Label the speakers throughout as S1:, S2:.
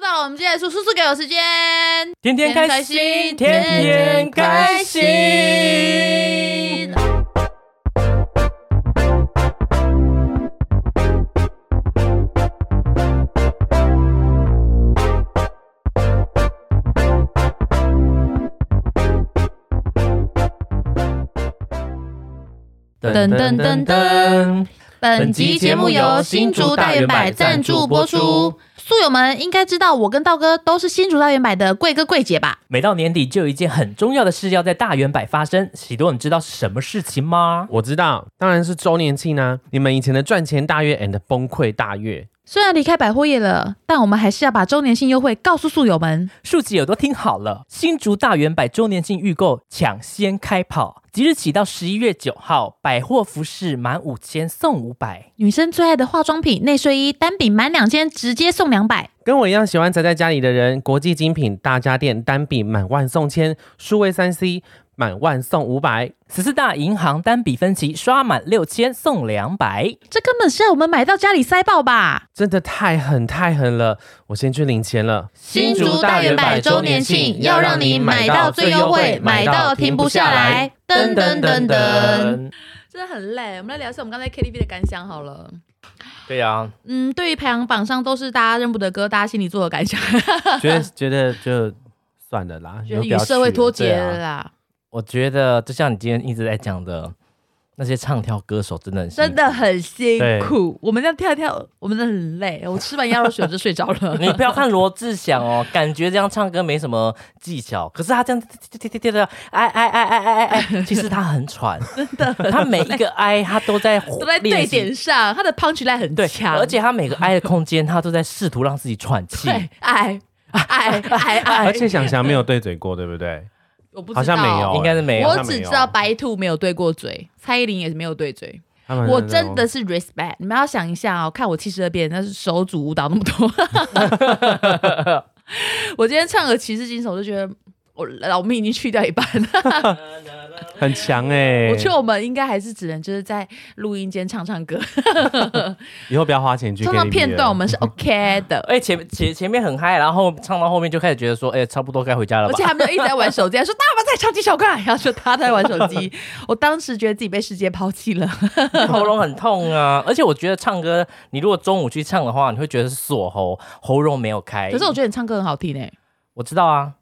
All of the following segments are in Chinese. S1: 到了我们今天的叔叔叔给我时间，
S2: 天天开心，天天开心。
S1: 噔噔噔噔。本集节目由新竹大圆柏赞助播出。宿友们应该知道，我跟道哥都是新竹大圆柏的贵哥贵姐吧？
S2: 每到年底，就有一件很重要的事要在大圆柏发生。喜多，你知道是什么事情吗？
S3: 我知道，当然是周年庆啊！你们以前的赚钱大月 and 崩溃大月，
S1: 虽然离开百货业了，但我们还是要把周年庆优惠告诉宿友们。
S2: 竖起耳朵听好了，新竹大圆柏周年庆预购抢先开跑，即日起到十一月九号，百货服饰满五千送五百。
S1: 女生最爱的化妆品、内睡衣单品满两千直接送两百。
S3: 跟我一样喜欢宅在家里的人，国际精品大家电单笔满万送千，数位三 C 满万送五百。
S2: 十四大银行单笔分期刷满六千送两百。
S1: 这根本是要我们买到家里塞爆吧？
S3: 真的太狠太狠了！我先去领钱了。
S1: 新竹大圆柏周年庆要让你买到最优惠，买到停不下来。噔噔噔噔，真的很累。我们来聊一下我们刚才 KTV 的感想好了。
S2: 对啊，
S1: 嗯，对于排行榜上都是大家认不得歌，大家心里做的感 想，
S3: 觉得觉得就算了啦，
S1: 觉得
S3: 以后
S1: 与
S3: 不要
S1: 社会
S3: 去了
S1: 脱节
S2: 对啊
S1: 了啦。
S2: 我觉得就像你今天一直在讲的，那些唱跳歌手真的很辛苦
S1: 真的很辛
S3: 对
S1: 苦，我们要跳一跳，我们真的很累。我吃完鸭肉水我就睡着 了。
S2: 你不要看罗志祥哦，感觉这样唱歌没什么技巧，可是他这样跳跳跳跳跳，哎哎哎哎哎哎哎，其实他很喘，真的，他每一 个哎他都在
S1: 都在对
S2: 练习
S1: 点上，他的 punch line 很
S2: 对，
S1: 强，
S2: 而且他每个哎的空间，他都在试图让自己喘气。
S1: 对，哎哎哎哎，
S3: 而且想想没有对嘴过，对不对？
S1: 我不知道
S3: 好像没有，哎
S2: 应该是没有
S1: 我
S3: 好像没
S1: 只
S3: 有
S1: 知道白兔没有对过嘴，蔡依林也是没有对嘴。
S3: 他们
S1: 我真的是 respect，你们要想一下哦，看我七十二变，那是手组舞蹈那么多。 我今天唱个《骑士精神》，我就觉得我老命已经去掉一半了。
S3: 很强哎、
S1: 我觉得我们应该还是只能就是在录音间唱唱歌，
S3: 以后不要花钱去
S1: 唱唱
S3: KTV
S1: 片段
S3: 了
S1: 我们是 OK 的。
S2: 哎，前前前面很嗨，然后唱到后面就开始觉得说，哎，差不多该回家了
S1: 而且
S2: 吧？
S1: 他们就一直在玩手机，还说大家在唱几首歌，然后说大家在玩手机。我当时觉得自己被世界抛弃了，
S2: 喉咙很痛啊！而且我觉得唱歌，你如果中午去唱的话，你会觉得是锁喉，喉咙没有
S3: 哎
S2: 开。
S1: 可是我觉得你唱歌很好听欸诶、
S2: 我知道啊，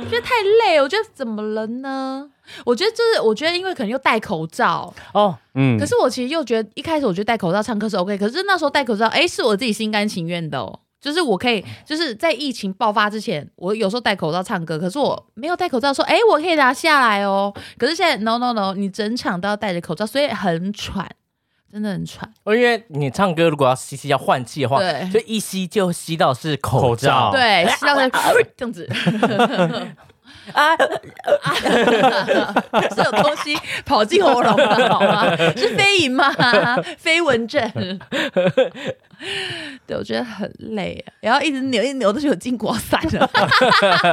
S1: 我觉得太累，我觉得怎么了呢？我觉得就是，我觉得因为可能又戴口罩，
S2: 哦，
S3: 嗯
S1: 可是我其实又觉得一开始我觉得戴口罩唱歌是 OK，可是那时候戴口罩，哎、是我自己心甘情愿的哦。就是我可以，就是在疫情爆发之前，我有时候戴口罩唱歌，可是我没有戴口罩说，哎、我可以拿下来哦。可是现在 no no no，你整场都要戴着口罩，所以很喘，真的很喘。
S2: 哦因为你唱歌如果要吸气要换气的话，
S1: 对
S2: 就一吸就吸到是口罩，
S3: 口罩
S1: 对，吸到 在这样子，
S2: 啊，
S1: 是有东西跑进喉咙了，好 吗？是飞蝇吗？飞蚊症。 对，我觉得很累啊，然后一直扭，一直扭，都是有筋骨要散 了。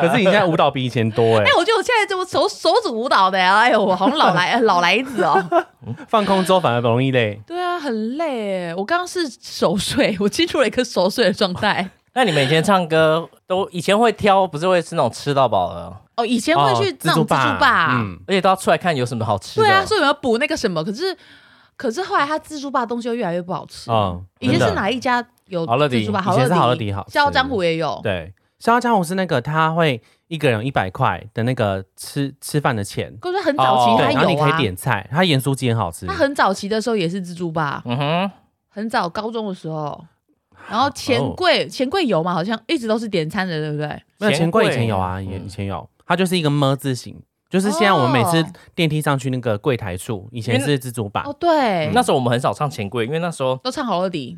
S3: 可是你现在舞蹈比以前多
S1: 哎
S3: 哎、
S1: 哎，我觉得我现在这么手手组舞蹈的呀，哎呦，我好像老 来老来子哦。
S3: 放空之后反而容易累。
S1: 对啊，很累哎。我刚刚是熟睡，我进入了一个熟睡的状态。
S2: 那你们以前唱歌都以前会挑，不是会是那种吃到饱的，
S1: 哦，以前会去那种自助吧，
S3: 嗯，
S2: 而且都要出来看有什么好吃的。
S1: 对啊，说有没有补那个什么？可是可是后来他自助吧的东西又越来越不好吃。
S3: 哦，
S1: 以前
S3: 真
S1: 是
S3: 的
S1: 哪一家有
S2: 好乐迪
S1: 自助吧？
S3: 以前是好乐迪好吃
S1: 笑傲江湖也有。
S3: 对，逍遥江湖是那个他会一个人一百块的那个吃吃饭的钱，
S1: 可是很早
S2: 哦
S1: 期他
S3: 对，然后你
S1: 有
S3: 可以
S1: 啊，
S3: 点菜，他盐酥鸡很好吃
S1: 他。很早期的时候也是自助吧，
S2: 嗯哼，
S1: 很早高中的时候。然后钱
S3: 哦
S1: 柜钱柜有嘛？好像一直都是点餐的，对不对？
S3: 没有
S2: 钱
S3: 钱柜以
S2: 柜
S3: 前有啊，也
S2: 嗯
S3: 以前有，它就是一个么字形，就是现在我们每次
S1: 哦
S3: 电梯上去那个柜台处，以前
S2: 因为
S3: 是自助吧
S1: 哦，，对，
S2: 那时候我们很少唱钱柜，因为那时候
S1: 都唱好乐迪，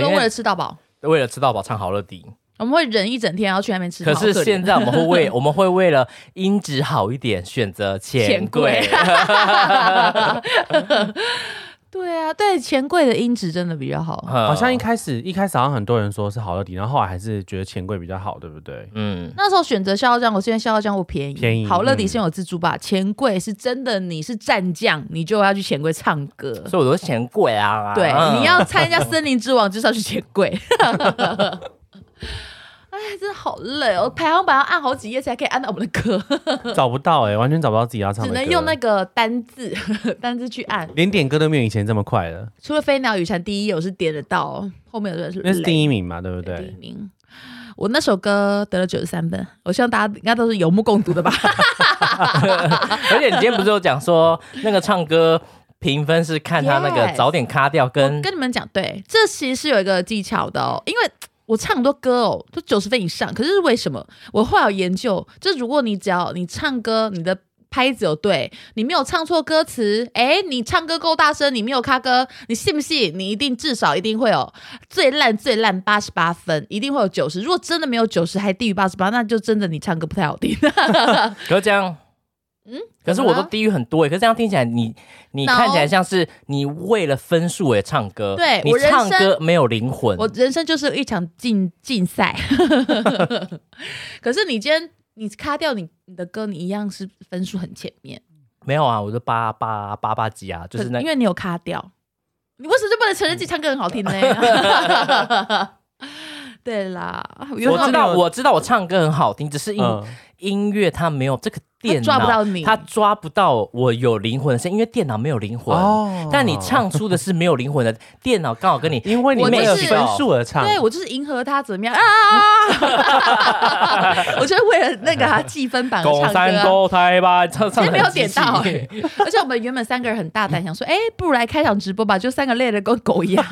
S1: 嗯都
S2: 因
S1: 为了
S2: 为
S1: 吃到饱。
S2: 为了吃到饱唱好乐迪。
S1: 我们会忍一整天，然后去那边吃。
S2: 可
S1: 好
S2: 是
S1: 怜
S2: 现在我们会为 我们会为了音质好一点选择钱柜，
S1: 钱柜对啊，对钱柜的音质真的比较好。
S2: 好
S3: 好像一开始一开始好像很多人说是好乐迪，然后后来还是觉得钱柜比较好，对不对？
S2: 嗯，
S1: 那时候选择笑傲江湖，是因为笑傲江湖便宜，
S3: 便宜
S1: 好乐迪
S3: 嗯
S1: 是因为有自助吧，钱柜是真的你是战将，你就要去钱柜唱歌。
S2: 所以我都嫌贵啊。
S1: 对，
S2: 嗯
S1: 你要参加森林之王，就是要去钱 柜。哎，真的好累哦！排行榜要按好几页才可以按到我们的歌，
S3: 找不到哎、完全找不到自己要唱
S1: 只
S3: 的歌，
S1: 能用那个单字 单字去按。
S3: 连点歌都没有以前这么快了。
S1: 除了飞鸟与蝉第一，我是点得到，哦后面的是
S3: 那是
S1: 累
S3: 第一名嘛，对不
S1: 第一
S3: 对？
S1: 名。我那首歌得了九十三分，我希望大家应该都是有目共睹的吧？
S2: 而且你今天不是有讲说那个唱歌评分是看他那个
S1: Yes
S2: 早点卡掉跟
S1: 跟你们讲，对，这其实是有一个技巧的哦，因为。我唱很多歌哦，都九十分以上。可是为什么？我后来有研究，就是如果你只要你唱歌，你的拍子有对，你没有唱错歌词，哎，你唱歌够大声，你没有卡歌，你信不信？你一定至少一定会有最烂最烂八十八分，一定会有九十。如果真的没有九十，还低于八十八，那就真的你唱歌不太好听。
S2: 可是这样，嗯，可是
S1: 怎
S2: 我
S1: 么
S2: 都
S1: 了
S2: 低于很多耶。可是这样听起来你，你
S1: No
S2: 看起来像是你为了分数而唱歌，
S1: 对
S2: 你
S1: 我人
S2: 唱
S1: 生
S2: 歌没有灵魂。
S1: 我人生就是一场竞竞赛， 可是你今天你卡掉你你的歌，你一样是分数很前面，
S2: 没有啊，我就八八八八几啊，就是
S1: 可
S2: 那
S1: 因为你有卡掉，你为什么就不能承认自己唱歌很好听呢？ 对啦，
S2: 我知道，
S3: 我
S2: 我知道我唱歌很好听，只是音、
S3: 嗯，
S2: 音乐它没有这个电脑
S1: 抓不到你
S2: 它抓不到我有灵魂的声音，因为电脑没有灵魂。
S3: 哦
S2: 但你，唱出的是没有灵魂的， 电脑刚好跟你
S3: 因为你
S1: 我
S3: 没
S1: 就
S3: 有
S1: 是
S3: 分数而唱，
S1: 对我就是迎合他怎么 样啊？我就是为了那个啊计分板而
S2: 拱
S1: 唱歌
S2: 三
S1: 啊、
S2: 勾胎吧，唱
S1: 其
S2: 唱
S1: 实没有
S2: 很机
S1: 点
S2: 器
S1: 到、欸，而且我们原本三个人很大胆，想说，哎、不如来开场直播吧，就三个累的跟狗一样。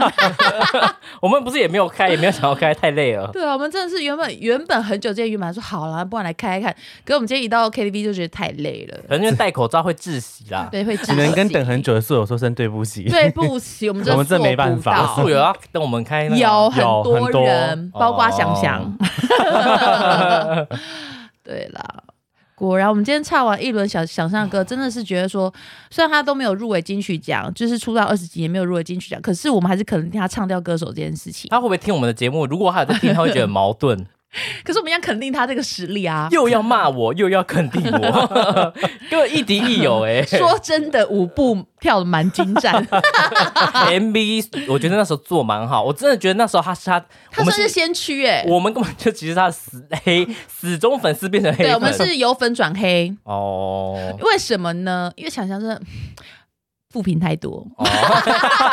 S2: 我们不是也没有开，也没有想要开，太累了。
S1: 对啊，我们真的是原本原本很久之前原本还说好啦，不然来开开看，可是我们今天一到 KTV 就觉得太累了，
S2: 可能因为戴口罩会窒息啦。
S1: 对，会窒
S3: 只能跟
S1: 息
S3: 等很，久的宿友说声对不起。
S1: 对不起，我们真的
S3: 我们真的没办法
S1: 做不
S2: 宿
S1: 到
S2: 友要等我们开那个
S1: 有
S2: 吗
S1: 很
S3: 有
S1: 多
S3: 很多哦
S1: 人，包括想想。 对啦，果然我们今天唱完一轮想想象歌，真的是觉得说，虽然他都没有入围金曲奖，就是出道二十几年没有入围金曲奖，可是我们还是肯定他唱掉歌手这件事情。
S3: 啊
S2: 他会不会听我们的节目？如果他有在听，他会觉得很矛 盾，
S1: 可是我们要肯定他这个实力啊。
S2: 又要骂我，又要肯定 我，根本亦敌亦友哎、
S1: 说真的，舞步跳的蛮精湛，
S2: MV 我觉得那时候做蛮好，我真的觉得那时候他是他，
S1: 他
S2: 我们
S1: 算是先驱哎、
S2: 我们根本就其实他的死黑死忠粉丝变成黑
S1: 对，
S2: 粉，
S1: 我们是由粉转黑，
S2: 哦。
S1: 为什么呢？因为想象真的 负评太多，
S2: 哦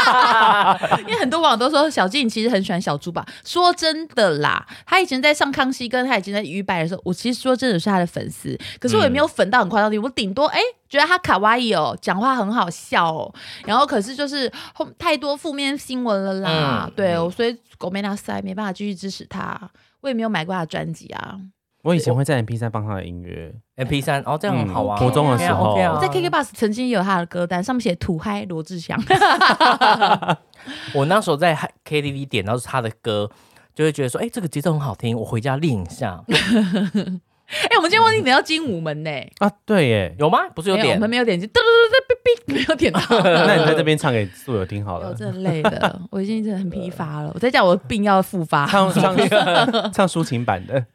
S1: 因为很多网友都说小静其实很喜欢小猪吧。说真的啦，他以前在上康熙，跟他以前在鱼摆的时候，我其实说真的是他的粉丝，可是我也没有粉到很夸张地，我顶多哎、觉得他卡哇伊哦，讲话很好笑哦，然后可是就是后太多负面新闻了啦，
S2: 嗯
S1: 对、哦，所以狗没拿塞，没办法继续支持他。我也没有买过他的专辑啊，
S3: 我以前会在 M P 三放他的音乐，
S2: MP 三，哦，这样很好玩。
S3: 嗯国中的时候
S2: OK 啊
S1: 我
S2: ，OK
S1: 在
S2: 啊
S1: KK Bus 曾经也有他的歌单，上面写“土嗨罗志祥”，
S2: 我那时候在 KTV 点到他的歌，就会觉得说，哎、这个节奏很好听，我回家练一 下。
S1: 哎、我们今天忘记点到精武门呢、
S3: 啊，对 耶。
S2: 有吗？不是有
S1: 没有，我
S2: 点
S1: 们没有点进，嘟嘟嘟嘟，哔哔，没有点 到。
S3: 那你在这边唱给宿友听好
S1: 我
S3: 了。
S1: 真的累 了，我已经真的很疲乏了。我在讲我的病要复发。
S3: 唱唱 唱抒情版的，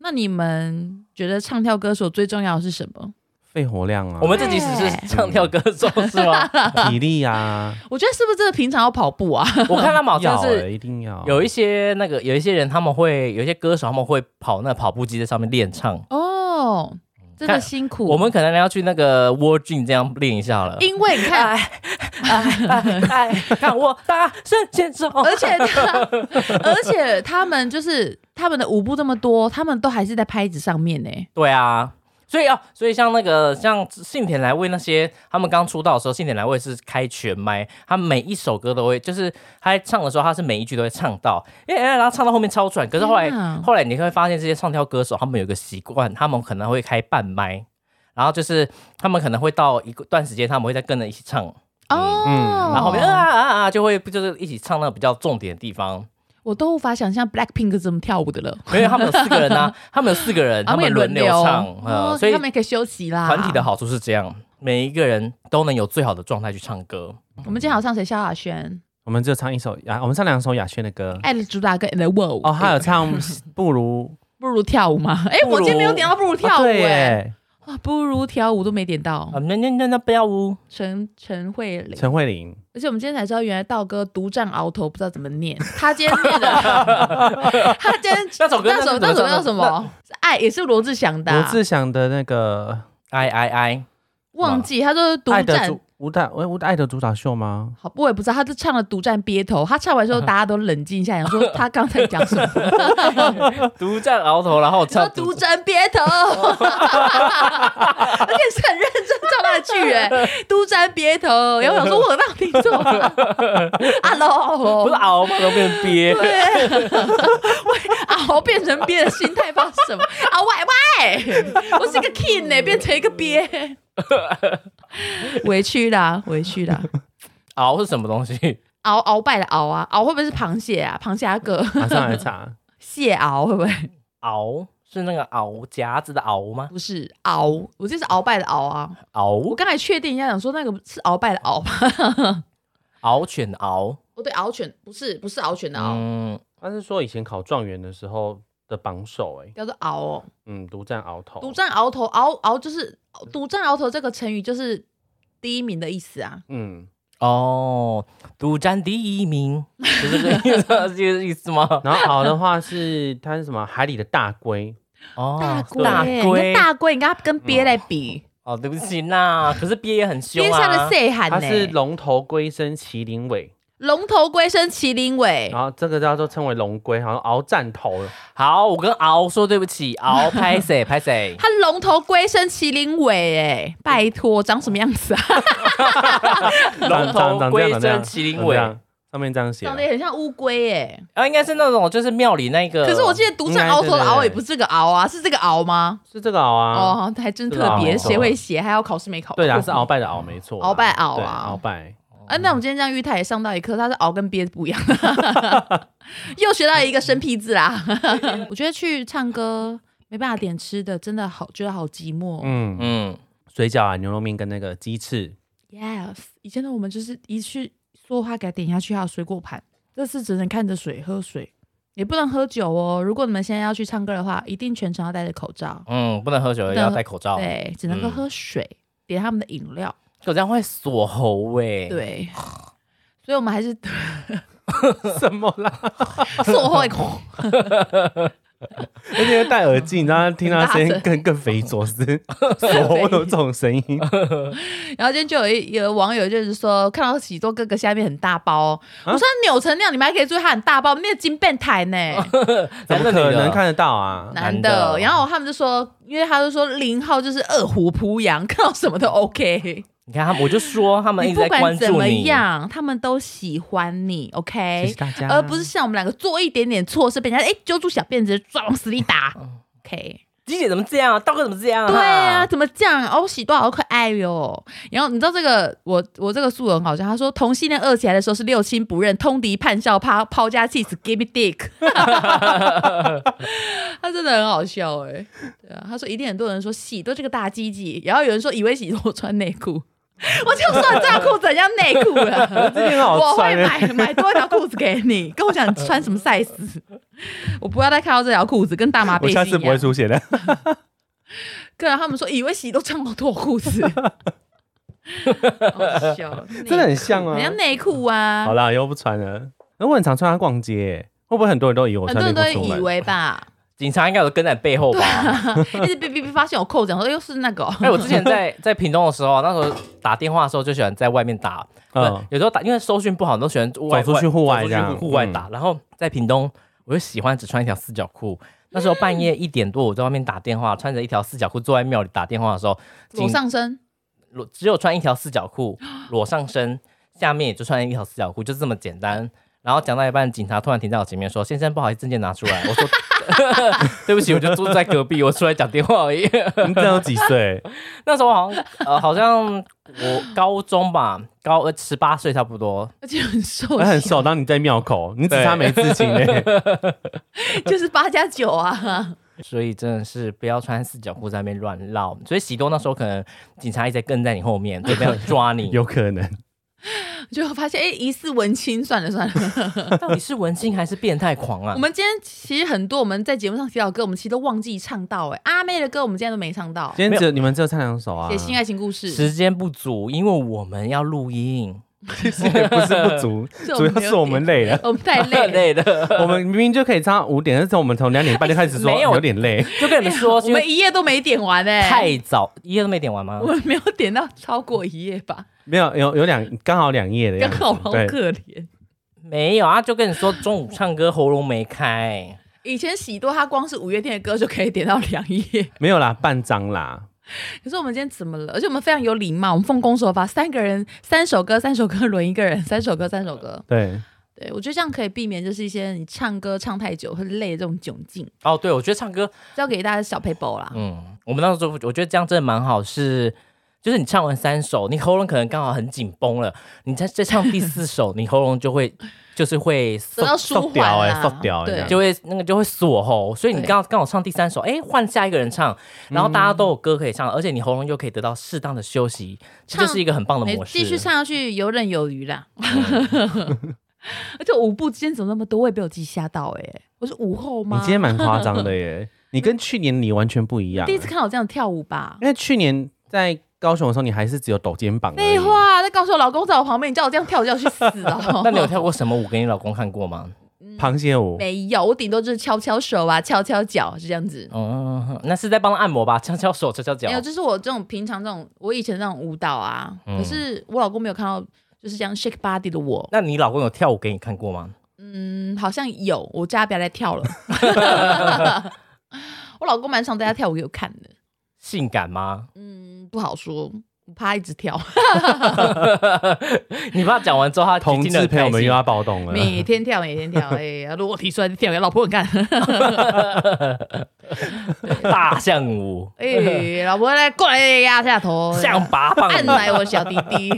S1: 那你们觉得唱跳歌手最重要的是什么？
S3: 肺活量啊，
S2: 我们这集只是唱跳歌手是吗？
S3: 体力 啊，
S1: 我觉得是不是真的平常要跑步啊？
S2: 我看他们好像
S3: 要
S2: 是
S3: 欸一定要
S2: 有一些那个有一些人他们会有一些歌手他们会跑那跑步机在上面练唱，
S1: 哦， 真的
S2: 看
S1: 辛苦。
S2: 我们可能要去那个 w o r d r e a m 这样练一下了。
S1: 因为你看，
S2: 哎哎，看我大声尖叫！
S1: 而且他，而且他们就是他们的舞步这么多，他们都还是在拍子上面呢、
S2: 对啊，所以啊，所以像那个像信田来未那些，他们刚出道的时候，信田来未是开全麦，他每一首歌都会，就是他在唱的时候，他是每一句都会唱到，因为然后唱到后面超喘。可是后来
S1: 天哪
S2: 后来你会发现，这些唱跳歌手他们有一个习惯，他们可能会开半麦。然后就是他们可能会到一个段时间，他们会再跟着一起唱，
S1: 哦、
S3: 嗯
S2: 然后后面啊啊啊啊就会就是一起唱那个比较重点的地方。
S1: 我都无法想象 Blackpink 怎么跳舞的了。
S2: 因为他们有四个啊人呐、他们有四个人，
S1: 啊
S2: 他们轮流唱，
S1: 哦
S2: 呃，所以
S1: 他们也可以休息啦。
S2: 团体的好处是这样，每一个人都能有最好的状态去唱歌。
S1: 我们今天好像谁？萧亚轩、
S3: 我们就唱一首啊雅，我们唱两首雅轩的歌。
S1: 爱的主打歌 and the world。
S3: 哦，还有唱不如
S1: 不如跳舞吗？哎，
S2: 不如
S1: 我今天没有点到不如 跳
S3: 啊
S1: 舞
S3: 对
S1: 哎，
S3: 耶，
S1: 哇，不如跳舞都没点到
S2: 啊，。那那那那不要呜，
S1: 陈陈慧琳，
S3: 陈慧琳，
S1: 而且我们今天才知道，原来道哥独占鳌头，不知道怎么念。他今天 念的，他今天
S2: 那首歌
S1: 那首那首歌叫什？么？是爱也是罗志祥的啊、
S3: 罗志祥的那个
S2: 哎哎哎，
S1: 忘记他说独
S3: 爱的
S1: 占
S3: 主。舞蹈，我我爱的主导秀吗？
S1: 好，我也不知道，他就唱了《独占街头》，他唱完之
S3: 啊
S1: 后，大家都冷静一下，想说他刚才讲什么？
S2: 独占鳌头，然后我
S1: 说
S2: 唱
S1: 《独占街 头》，而且是很认真唱那句，哎，《独占街头》，然后我想说，我让你做 啊，Hello，
S2: 不是啊鳌嘛，都变憋。
S1: 对，喂，熬啊变成鳖的心态发生什么？啊喂喂，我是个 king 呢、变成一个 鳖，委屈啦，委屈啦，
S2: 鳌是什么东西？
S1: 鳌鳌拜的鳌啊，鳌会不会是螃蟹啊？螃蟹阿哥，
S3: 马上来查。
S1: 蟹鳌会不会
S2: 鳌是那个鳌夹子的鳌吗？
S1: 不是鳌？我这是鳌拜的鳌啊，我
S2: 鳌
S1: 刚才确定一下，想说那个是鳌拜的鳌吧？
S2: 獒犬的獒，
S1: 哦，对，鳌犬不是不是鳌犬的鳌，
S2: 嗯，
S3: 他是说以前考状元的时候的榜首、哎，
S1: 叫做鳌哦，
S3: 嗯，独占鳌头，
S1: 独占鳌头，鳌鳌就是独占鳌头这个成语就是第一名的意思啊。
S3: 嗯，
S2: 哦，独占第 一名，是这个意思，是这个意思吗？
S3: 然后鳌的话是它是什么？海里的大龟，
S2: 哦，
S1: 大龟，
S2: 大
S1: 你跟
S2: 龟，
S1: 大龟，你跟它跟
S3: 嗯
S1: 鳖来比，
S2: 哦，对不起啦，可是鳖也很凶
S1: 鳖下
S2: 啊
S1: 的。岁寒
S3: 它是
S1: 呢。
S3: 龙头龟身麒麟尾，
S1: 龙头龟身麒麟尾，
S3: 然，后这个叫做称为龙龟，好像鳌占头，
S2: 好，我跟鳌说对不起，鳌拍谁拍谁
S1: 它龙头龟身麒麟尾，哎，拜托，长什么样子啊？
S2: 龙
S3: 长
S2: 头
S3: 长这
S2: 龟
S3: 样长这
S2: 身
S3: 样
S2: 麒麟
S3: 长这
S2: 尾，
S3: 样上面这样写啊
S1: 长。得也很像乌龟，哎。
S2: 然后啊应该是那种就是庙里那
S3: 哦
S2: 个。
S1: 可是我记得独占鳌头的鳌也不是这个鳌啊，是这个鳌吗？
S3: 是这个鳌啊，
S1: 哦，还真特别，
S3: 是鳌
S1: 谁会写？还要考试没考过？
S3: 对 啊，是鳌拜的鳌，没错啊，
S1: 鳌拜鳌
S3: 对
S1: 啊
S3: 鳌拜，
S1: 啊，那我们今天这样玉泰也上到一课，他是熬跟憋不一 样，又学到一个生僻字啦。 我觉得去唱歌没办法点吃的，真的好觉得好寂寞。
S3: 嗯，
S2: 嗯，
S3: 水饺啊，牛肉面跟那个鸡翅，
S1: Yes，以前的我们就是一去说话给它点下去，还有水果盘。这次只能看着水喝水，也不能喝酒哦。如果你们现在要去唱歌的话，一定全程要戴着口罩，
S2: 嗯，不能喝酒，
S1: 不能
S2: 也要
S1: 喝
S2: 戴口罩。
S1: 对，只能够
S2: 嗯
S1: 喝水，点他们的饮料，
S2: 我这样会锁喉哎。，
S1: 对。所以我们还是
S3: 什么啦？
S1: 售后
S3: 而且戴耳机，你知道，听到声音更更匪夷所 思，怎么会有这种声音？
S1: 然后今天就有一有网友就是说，看到喜多哥哥下面很大包
S3: 啊
S1: 哦、我说他扭成那样，你们还可以注意他很大包，那个金变态呢，
S3: 怎么可能看得到啊？
S1: 男
S2: 男的
S1: 的。然后他们就说，因为他就说零号就是二虎扑羊，看到什么都 OK，
S2: 你看他们，我就说他们一
S1: 你
S2: 直
S1: 不
S2: 在
S1: 管
S2: 关
S1: 怎
S2: 注
S1: 么
S2: 你。
S1: 样，他们都喜欢你
S3: 谢
S1: ，OK，
S3: 谢大家，
S1: 而呃不是像我们两个做一点点错事被人家哎揪住小辫子抓往死里打，OK。
S3: 哦
S2: 鸡姐怎么这样？道哥怎么这 样？
S1: 对 啊，，怎么这样？哦，喜多好可爱哟！然后你知道这个，我我这个素人很好笑，他说同性恋饿起来的时候是六亲不认，通敌叛笑，抛抛家弃子，give me dick。他真的很好笑哎、对啊，他说一定很多人说喜多这个大鸡鸡，然后有人说以为喜多穿内裤， 我就说你这条裤子很像内裤 了。
S3: 这边很
S1: 我
S3: 好
S1: 会
S3: 穿
S1: 买
S3: 欸，
S1: 买多一条裤子给你，跟我讲你穿什么 size，我不要再看到这条裤子跟大麻背
S3: 我
S1: 心一样。啊
S3: 下次不会出现的。
S1: 对啊，他们说以为洗都穿过脱裤子，好 笑，
S3: 真的很像啊
S1: 很像内裤啊
S3: 好，啦，以后不穿了。那我很常穿它逛街，会不会很多人都以为我
S1: 很
S3: 穿
S1: 多
S3: 内
S1: 人都会
S3: 裤
S1: 以
S3: 出门？
S1: 为 吧，
S2: 警察应该有跟在背后吧？
S1: 一直哔哔哔发现我扣子，我说又是那个 哦，
S2: 哎，我之前在在屏东的时候，那时候打电话的时候就喜欢在外面打，
S3: 嗯，
S2: 有时候打因为收讯不好，都喜欢外
S3: 走出去户外
S2: 走出
S3: 这样嗯
S2: 去户外打。然后在屏东，我就喜欢只穿一条四角裤。那时候半夜一点多，我在外面打电话，穿着一条四角裤坐在庙里打电话的时候，
S1: 裸上身，
S2: 裸只有穿一条四角 裤，裸上身，下面也就穿一条四角裤，就这么简单。然后讲到一半，警察突然停在我前面说：“先生，不好意思，证件拿出来。”我说：“ 对不起，我就住在隔壁，我出来讲电话而已。
S3: 你这有几 岁？”
S2: 那时候我好像呃，好像我高中吧，高呃十八岁差不多。
S1: 而且很瘦，
S3: 我哎 很，瘦，当你在庙口，你只差没刺青嘞。
S1: 就是八加九啊，
S2: 所以真的是不要穿四角裤在那边乱绕。所以喜多那时候可能警察一直在跟在你后面，准备要抓你。
S3: 有可能。
S1: 就发现哎、疑似文青，算了算 了。
S2: 到底是文青还是变态狂啊
S1: 我？们今天其实很多我们在节目上提到的歌，我们其实都忘记唱到哎、阿妹的歌我们今天都没唱到，
S3: 今天只有你们只有唱两首啊，
S1: 写新爱情故事，
S2: 时间不足，因为我们要录音，
S3: 其实也哎不是不 足，
S1: 这
S3: 主
S1: 们
S3: 要
S1: 没有
S3: 是我们 累 了
S1: 点，。我们太累了。
S2: 累了。
S3: 我们明明就可以唱到五点，但是我们从两点半就开始说
S2: 没有
S3: 有点累，
S2: 就跟你们说，
S1: 我
S2: 因为
S1: 们一页都没点完哎、
S2: 太早，一页都没点完吗
S1: 我？们没有点到超过一页吧，
S3: 没有有有两刚好两页的样
S1: 刚
S3: 子，
S1: 好好
S3: 对，
S1: 可怜。
S2: 没有啊，就跟你说中午唱歌喉咙没开，
S1: 以前喜多他光是五月天的歌就可以点到两页，
S3: 没有啦，半张啦，
S1: 可是我们今天怎么了？而且我们非常有礼貌，我们奉公守法，三个人三首歌，三首歌轮一个人，三首歌三首歌。
S3: 对，
S1: 对我觉得这样可以避免就是一些你唱歌唱太久会累的这种窘境，
S2: 哦，对，我觉得唱歌，
S1: 交给大家小 paper 啦。
S2: 嗯，我们那时候我觉得这样真的蛮好，是就是你唱完三首，你喉咙可能刚好很紧绷了，你再再唱第四首，你喉咙就会就是会
S1: 得到
S2: 松，
S1: 舒
S3: 送掉
S1: 缓
S3: 欸
S1: 啦，
S3: 送掉欸这
S1: 对
S3: 样，
S2: 就会那个就会锁喉，所以你
S1: 对嗯
S2: 刚好刚好唱第三首，哎，换下一个人唱，然后大家都有歌可以唱，而且你喉咙又可以得到适当的休息，这
S1: 唱
S2: 是一个很棒的
S1: 没
S2: 模式。。
S1: 继续唱下去游刃有余啦。
S3: 嗯
S1: 而且舞步之间怎么那么多，我也被我自己吓到哎、我是舞后
S3: 你
S1: 吗？
S3: 今天蛮夸张的耶， 你跟去年你完全不一样啊
S1: 第，一次看我这样跳舞吧？
S3: 因为去年在高雄的时候，你还是只有抖肩膀，
S1: 废，话，在告诉我老公在我旁边，你叫我这样跳，我就要去死哦
S2: 那你有跳过什么舞给你老公看过吗？
S3: 螃蟹 舞，
S1: 没有，我顶多就是敲敲手啊，敲敲脚是这样子。
S2: 嗯，那是在帮他按摩吧， 敲敲手，敲敲脚
S1: 没。有，就是我这种平常这种我以前那种舞蹈啊，
S2: 嗯
S1: 可是我老公没有看到就是这样 shake body 的我。
S2: 那你老公有跳舞给你看过吗？
S1: 嗯，好像有，我叫他不要再跳了。 我老公蛮常在家跳舞给我看的，
S2: 性感吗？
S1: 嗯，不好说，我怕他一直跳，
S2: 你怕讲完之后他
S3: 同
S2: 听得
S3: 志
S2: 很
S3: 朋友
S2: 开
S3: 们
S2: 心
S3: 又要暴动了。
S1: 每天跳，每天跳， 哎、呀，裸体出来跳给老婆看，，
S2: 大象舞
S1: 哎、 老婆来过来压下头，
S2: 象拔蚌
S1: 按
S2: 舞，
S1: 来我小弟弟，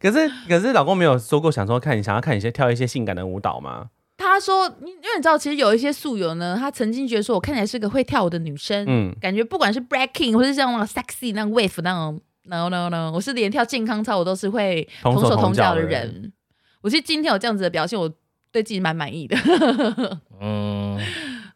S3: 可是可是老公没有说过想说看你想要看你先跳一些性感的舞蹈吗？
S1: 他说，你因为你知道，其实有一些宿友呢，他曾经觉得说我看起来是个会跳舞的女生，
S3: 嗯，
S1: 感觉不管是 breaking 或是像那种 sexy 那种 wave 那种，no no no，我是连跳健康操我都是会
S3: 同手
S1: 手
S3: 同
S1: 同
S3: 脚
S1: 脚
S3: 的
S1: 的
S3: 人
S1: 人。我其实今天有这样子的表现，我对自己蛮满意的。
S2: 嗯，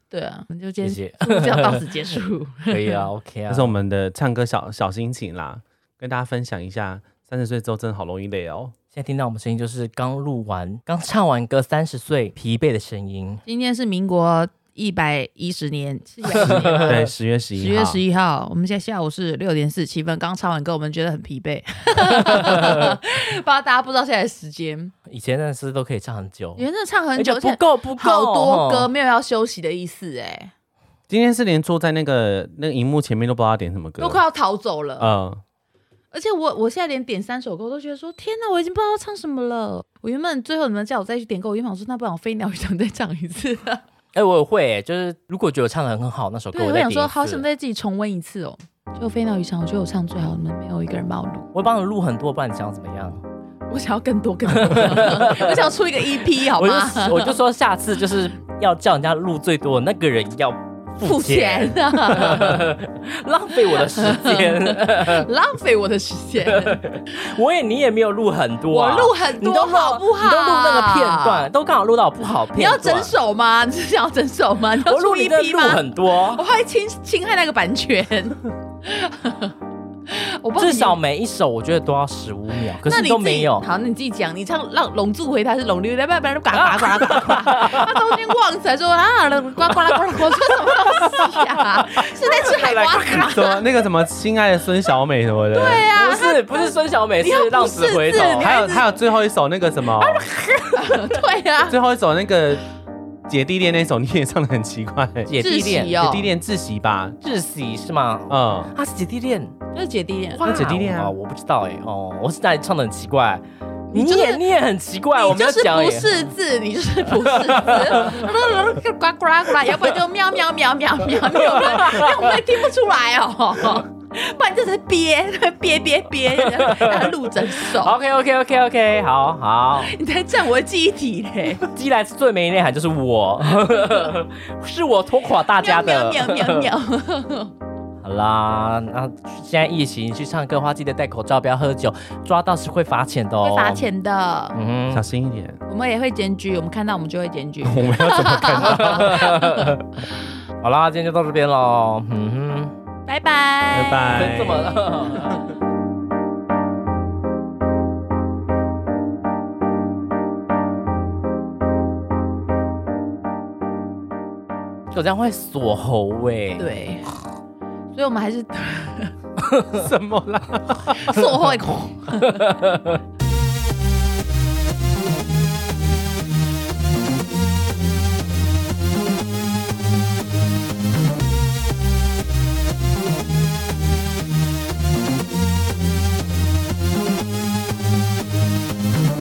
S1: 对啊，我们就今
S2: 谢
S1: 天
S2: 谢，
S1: 就到此结束。
S2: 可以 啊，OK 啊
S3: 这是。我们的唱歌小小心情啦，跟大家分享一下。三十岁之后真的好容易累哦。
S2: 现在听到我们声音就是刚录完、刚唱完歌，三十岁疲惫的声音。
S1: 今天是民国一百一十年，是110年吧
S3: 对，十月十一，
S1: 十月十，一号，我们现在下午是六点四十七分，刚唱完歌，我们觉得很疲惫， 不知道大家不知道现在的时间，
S2: 以前那诗都可以唱很久
S1: 因，为真的唱很
S2: 哦而
S1: 久，而
S2: 且不
S1: 且
S2: 够不够
S1: 好多歌
S2: 哦
S1: 没有要休息的意思，哎，
S3: 今天是连坐在那个那个荧幕前面都不知道点什么歌，
S1: 都快要逃走了。
S2: 呃
S3: 嗯，
S1: 而且我我现在连点三首歌，我都觉得说天哪，我已经不知道要唱什么了。我原本最后你们叫我再去点歌，我原本想说那不然我飞鸟鱼想再唱一次，
S2: 哎，我也会欸，就是如果觉得我唱的很好，那首歌
S1: 对，我
S2: 再
S1: 想
S2: 点
S1: 说
S2: 一
S1: 好想
S2: 次。
S1: 再自己重温一次哦。就飞鸟鱼翔，我觉得我唱最好，你们没有一个人帮我录，
S2: 我会帮你录很多，不然你想要怎么样？
S1: 我想要更多更多，我想要出一个 EP 好
S2: 我
S1: 吗？
S2: 就我就说下次就是要叫人家录最多，那个人要付
S1: 付钱
S2: 钱，， 浪费我的时间。
S1: 浪费我的时间。
S2: 我也你也没有录很多、
S1: 我
S2: 啊，
S1: 录很
S2: 你都
S1: 多，好不好？
S2: 你都录那个片段，。都刚好录到不好片段。
S1: 你要整首吗？你是想要整首吗？你要
S2: 我
S1: 出
S2: 录
S1: 一
S2: 你的
S1: 批
S2: 录
S1: 吗？哦
S2: 很多
S1: 我，怕侵侵害那个版权。我不知道
S2: 至
S1: 你
S2: 少每一首我觉得都要十五秒，可
S1: 那
S2: 是
S1: 你
S2: 都
S1: 自己
S2: 没有。
S1: 好，那你自己讲，你唱让龙柱回他是龙溜来，不然不然呱呱呱呱呱。他中间忘词说啊，呱呱呱呱，我说什么东西呀？是在吃海瓜
S3: 什么
S1: 子？
S3: 那个什么亲爱的孙小美什么的，
S1: 对啊
S3: 对，
S1: 呀
S2: 不，是不是孙小美
S1: 你又不
S2: 是浪子
S1: 是
S2: 回
S1: 字
S2: 头，
S1: 你
S3: 还有还有最后一首那个什么，
S1: 对呀，
S3: 最后一首那个姐弟恋那首你也唱的很奇怪，
S2: 姐
S3: 姐
S2: 弟
S1: 窒息
S2: 恋，
S1: 哦
S3: 弟，恋窒息吧，
S2: 窒息是吗？
S3: 嗯，
S2: 啊，是姐弟恋，
S1: 就是姐弟恋。
S3: 那姐弟恋啊
S2: 哇我不知道哎，哦，我是哪里唱的很奇怪，你
S1: 你就是
S2: 也你也很奇怪，哎我
S1: 你
S2: 们
S1: 就
S2: 要
S1: 是
S2: 讲
S1: 不
S2: 也
S1: 识字，你就是不识字， 呱呱呱呱，要不然就喵喵喵喵喵喵，要不然听不出来哦。不然这才憋，憋憋憋，然后让他录整首，
S2: OK OK OK OK，好好，
S1: 你才占我的记忆体嘞！
S2: 既然是最没内涵，就是我， 是我拖垮大家的。
S1: 喵喵喵喵喵，
S2: 好啦，那现在疫情去唱歌的话，记得戴口罩，不要喝酒，抓到是会罚钱的哦。
S1: 会罚。钱的，
S2: 嗯
S3: 小
S2: 哼，
S3: 心一 点。
S1: 我们也会检举，我们看到我们就会检举。
S3: 我们要怎么看到？
S2: 好啦，今天就到这边喽。嗯
S1: 拜拜，
S3: 拜
S1: 拜。
S2: 哼，真。
S3: 拜
S2: 这么了。 我这样会锁喉诶、
S1: 对，所以 我们还是
S3: 什么啦？
S1: 是我会。